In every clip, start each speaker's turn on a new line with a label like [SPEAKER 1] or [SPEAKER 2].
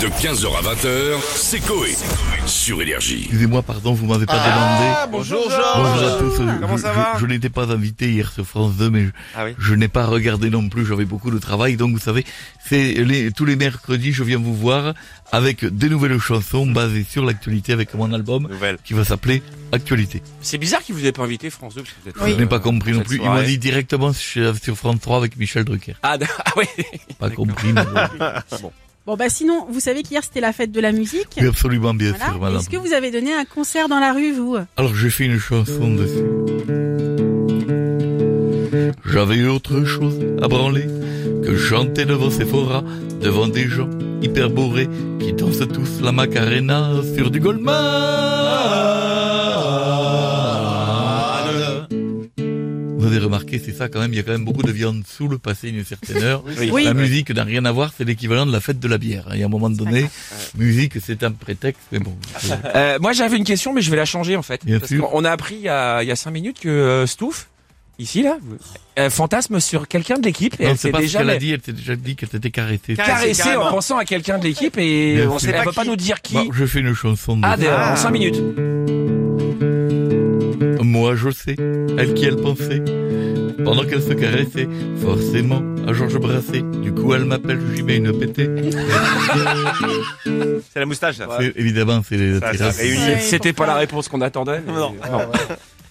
[SPEAKER 1] De 15h à 20h, c'est Coé. Sur Énergie.
[SPEAKER 2] Excusez-moi, pardon, vous m'avez pas
[SPEAKER 3] Ah,
[SPEAKER 2] demandé.
[SPEAKER 3] bonjour
[SPEAKER 2] Bonjour à
[SPEAKER 3] Georges
[SPEAKER 2] tous. Je-
[SPEAKER 3] Comment ça
[SPEAKER 2] je,
[SPEAKER 3] va
[SPEAKER 2] je n'étais pas invité hier sur France 2, mais je,
[SPEAKER 3] Ah oui.
[SPEAKER 2] je n'ai pas regardé non plus. J'avais beaucoup de travail, donc vous savez, c'est les, tous les mercredis, je viens vous voir avec des nouvelles chansons basées sur l'actualité, avec mon album
[SPEAKER 3] Nouvelle.
[SPEAKER 2] qui va s'appeler Actualité.
[SPEAKER 3] C'est bizarre qu'ils vous aient pas invité France 2 parce que vous êtes,
[SPEAKER 2] Je n'ai pas compris non
[SPEAKER 3] cette
[SPEAKER 2] plus. Ils
[SPEAKER 3] soirée.
[SPEAKER 2] m'ont dit directement sur sur France 3 avec Michel Drucker.
[SPEAKER 3] Ah, d- ah oui.
[SPEAKER 2] Pas compris. mais bon.
[SPEAKER 4] Bon bah sinon, vous savez qu'hier c'était la fête de la musique.
[SPEAKER 2] Oui, absolument, bien
[SPEAKER 4] Voilà.
[SPEAKER 2] sûr, madame.
[SPEAKER 4] Est-ce que vous avez donné un concert dans la rue, vous
[SPEAKER 2] Alors j'ai fait une chanson dessus. J'avais autre chose à branler que chanter devant Sephora, devant des gens hyper bourrés qui dansent tous la Macarena sur du Goldman. Vous avez remarqué, c'est ça quand même, il y a quand même beaucoup de viande sous le passé une certaine heure.
[SPEAKER 4] Oui.
[SPEAKER 2] La musique n'a rien à voir, c'est l'équivalent de la fête de la bière. Et à un moment donné, musique c'est un prétexte, mais bon. c'est-
[SPEAKER 3] Euh, moi j'avais une question mais je vais la changer en fait.
[SPEAKER 2] Bien
[SPEAKER 3] parce
[SPEAKER 2] sûr.
[SPEAKER 3] qu'on a appris il y a, il y a 5 minutes que euh, Stouff, ici là, vous- euh, fantasme sur quelqu'un de l'équipe et
[SPEAKER 2] Non,
[SPEAKER 3] elle
[SPEAKER 2] c'est
[SPEAKER 3] s'est
[SPEAKER 2] pas ce
[SPEAKER 3] déjà
[SPEAKER 2] qu'elle a
[SPEAKER 3] mais-
[SPEAKER 2] dit, elle s'est déjà dit qu'elle s'était caressée.
[SPEAKER 3] caressée en
[SPEAKER 5] Ah, Carrément.
[SPEAKER 3] pensant à quelqu'un de l'équipe et
[SPEAKER 2] Bien
[SPEAKER 3] on
[SPEAKER 2] sûr.
[SPEAKER 3] sait, elle
[SPEAKER 5] Pas
[SPEAKER 3] va pas
[SPEAKER 5] qui.
[SPEAKER 3] nous dire qui.
[SPEAKER 2] Bah, je fais une chanson de...
[SPEAKER 3] ah, des-
[SPEAKER 5] Ah.
[SPEAKER 3] en 5 minutes.
[SPEAKER 2] Moi je sais, elle qui elle pensait, pendant qu'elle se caressait, forcément à Georges Brassé. Du coup elle m'appelle, j'y mets une pétée.
[SPEAKER 5] C'est la moustache, ça.
[SPEAKER 2] C'est- Évidemment, c'est les
[SPEAKER 5] Ça, ça
[SPEAKER 2] terrasses.
[SPEAKER 5] réunit.
[SPEAKER 4] Ouais,
[SPEAKER 3] C'était pas
[SPEAKER 4] pourquoi
[SPEAKER 3] la réponse qu'on attendait. mais-
[SPEAKER 5] Non.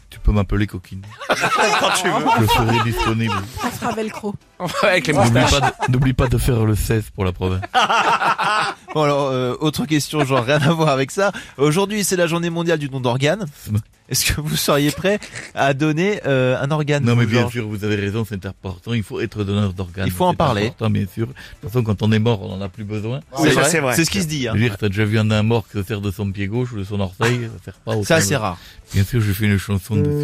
[SPEAKER 2] Tu peux m'appeler coquine.
[SPEAKER 5] Quand tu veux.
[SPEAKER 2] Je serai disponible.
[SPEAKER 4] Ça fera Velcro.
[SPEAKER 3] Avec
[SPEAKER 5] Ah,
[SPEAKER 3] les
[SPEAKER 2] N'oublie pas,
[SPEAKER 3] moustaches.
[SPEAKER 2] de- n'oublie pas de faire le 16 pour la province.
[SPEAKER 6] Ah, Bon alors, euh, autre question, genre rien à voir avec ça. Aujourd'hui, c'est la journée mondiale du don d'organes. Est-ce que vous seriez prêt à donner euh, un organe
[SPEAKER 2] Non mais
[SPEAKER 6] vous,
[SPEAKER 2] bien
[SPEAKER 6] Georges
[SPEAKER 2] sûr, vous avez raison, c'est important. Il faut être donneur d'organes.
[SPEAKER 6] Il faut en
[SPEAKER 2] C'est
[SPEAKER 6] parler.
[SPEAKER 2] important, bien sûr. De toute façon, quand on est mort, on en a plus besoin.
[SPEAKER 5] Oui,
[SPEAKER 6] C'est
[SPEAKER 5] ça,
[SPEAKER 6] vrai,
[SPEAKER 5] c'est vrai.
[SPEAKER 6] ce qui se dit.
[SPEAKER 2] Je
[SPEAKER 6] hein.
[SPEAKER 2] veux dire, t'as déjà vu un nain mort qui se sert de son pied gauche ou de son orteil, ça sert pas autant.
[SPEAKER 6] Ça, c'est rare.
[SPEAKER 2] Bien sûr, je fais une chanson dessus.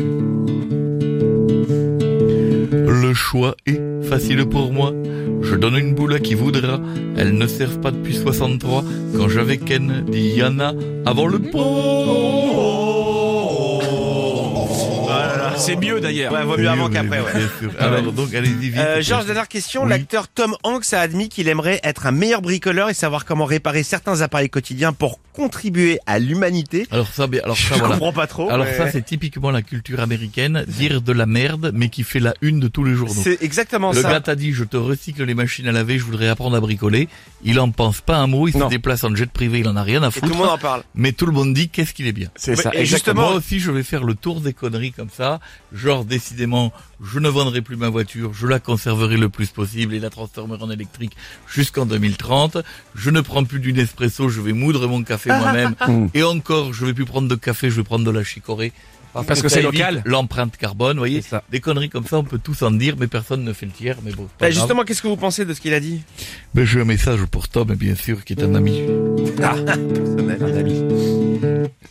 [SPEAKER 2] Le choix est facile pour moi. Je donne une boule à qui voudra. Elles ne servent pas depuis 63. Quand j'avais Ken, Diana, avant le pont.
[SPEAKER 3] C'est mieux d'ailleurs.
[SPEAKER 5] Ouais, vaut mieux avant
[SPEAKER 2] Oui,
[SPEAKER 5] qu'après,
[SPEAKER 2] oui,
[SPEAKER 5] ouais.
[SPEAKER 2] bien sûr. Alors, donc, allez-y vite.
[SPEAKER 5] Euh, Georges, dernière question.
[SPEAKER 2] Oui.
[SPEAKER 5] L'acteur Tom Hanks a admis qu'il aimerait être un meilleur bricoleur et savoir comment réparer certains appareils quotidiens pour contribuer à l'humanité.
[SPEAKER 2] Alors ça, mais- alors ça,
[SPEAKER 5] Je
[SPEAKER 2] voilà.
[SPEAKER 5] comprends pas trop.
[SPEAKER 2] Alors
[SPEAKER 5] mais-
[SPEAKER 2] ça, c'est typiquement la culture américaine. Dire de la merde, mais qui fait la une de tous les journaux.
[SPEAKER 5] c'est exactement
[SPEAKER 2] Le
[SPEAKER 5] ça.
[SPEAKER 2] gars t'a dit je te recycle les machines à laver, je voudrais apprendre à bricoler. Il en pense pas un mot, il
[SPEAKER 3] Non.
[SPEAKER 2] se déplace en jet privé, il en a rien à
[SPEAKER 5] Et tout
[SPEAKER 2] foutre.
[SPEAKER 5] le monde en parle.
[SPEAKER 2] Mais tout le monde dit qu'est-ce qu'il est bien.
[SPEAKER 3] C'est ça.
[SPEAKER 5] Et
[SPEAKER 3] exactement.
[SPEAKER 5] justement,
[SPEAKER 2] Moi aussi je vais faire le tour des conneries comme ça. Genre décidément je ne vendrai plus ma voiture, je la conserverai le plus possible et la transformerai en électrique jusqu'en 2030. Je ne prends plus du Nespresso, je vais moudre mon café moi-même.
[SPEAKER 3] Mm.
[SPEAKER 2] et encore, je vais plus prendre de café, je vais prendre de la chicorée.
[SPEAKER 3] Parce que
[SPEAKER 2] ça
[SPEAKER 3] c'est
[SPEAKER 2] évite
[SPEAKER 3] local.
[SPEAKER 2] L'empreinte carbone, vous voyez.
[SPEAKER 3] C'est ça.
[SPEAKER 2] Des conneries comme ça, on peut tous en dire, mais personne ne fait le tiers. Mais bon, c'est pas
[SPEAKER 5] bah,
[SPEAKER 2] grave.
[SPEAKER 5] justement, qu'est-ce que vous pensez de ce qu'il a dit
[SPEAKER 2] Ben, j'ai un message pour Tom, bien sûr, qui est
[SPEAKER 3] Mmh.
[SPEAKER 2] un ami.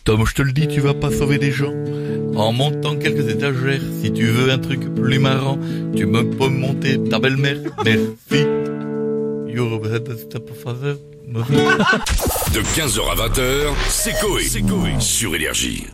[SPEAKER 2] Tom, je te le dis, tu vas pas sauver des gens. En montant quelques étagères, si tu veux un truc plus marrant, tu me peux monter ta belle-mère. Merci. You're a better step father.
[SPEAKER 1] De 15h à 20h, c'est Coé. Sur Énergie.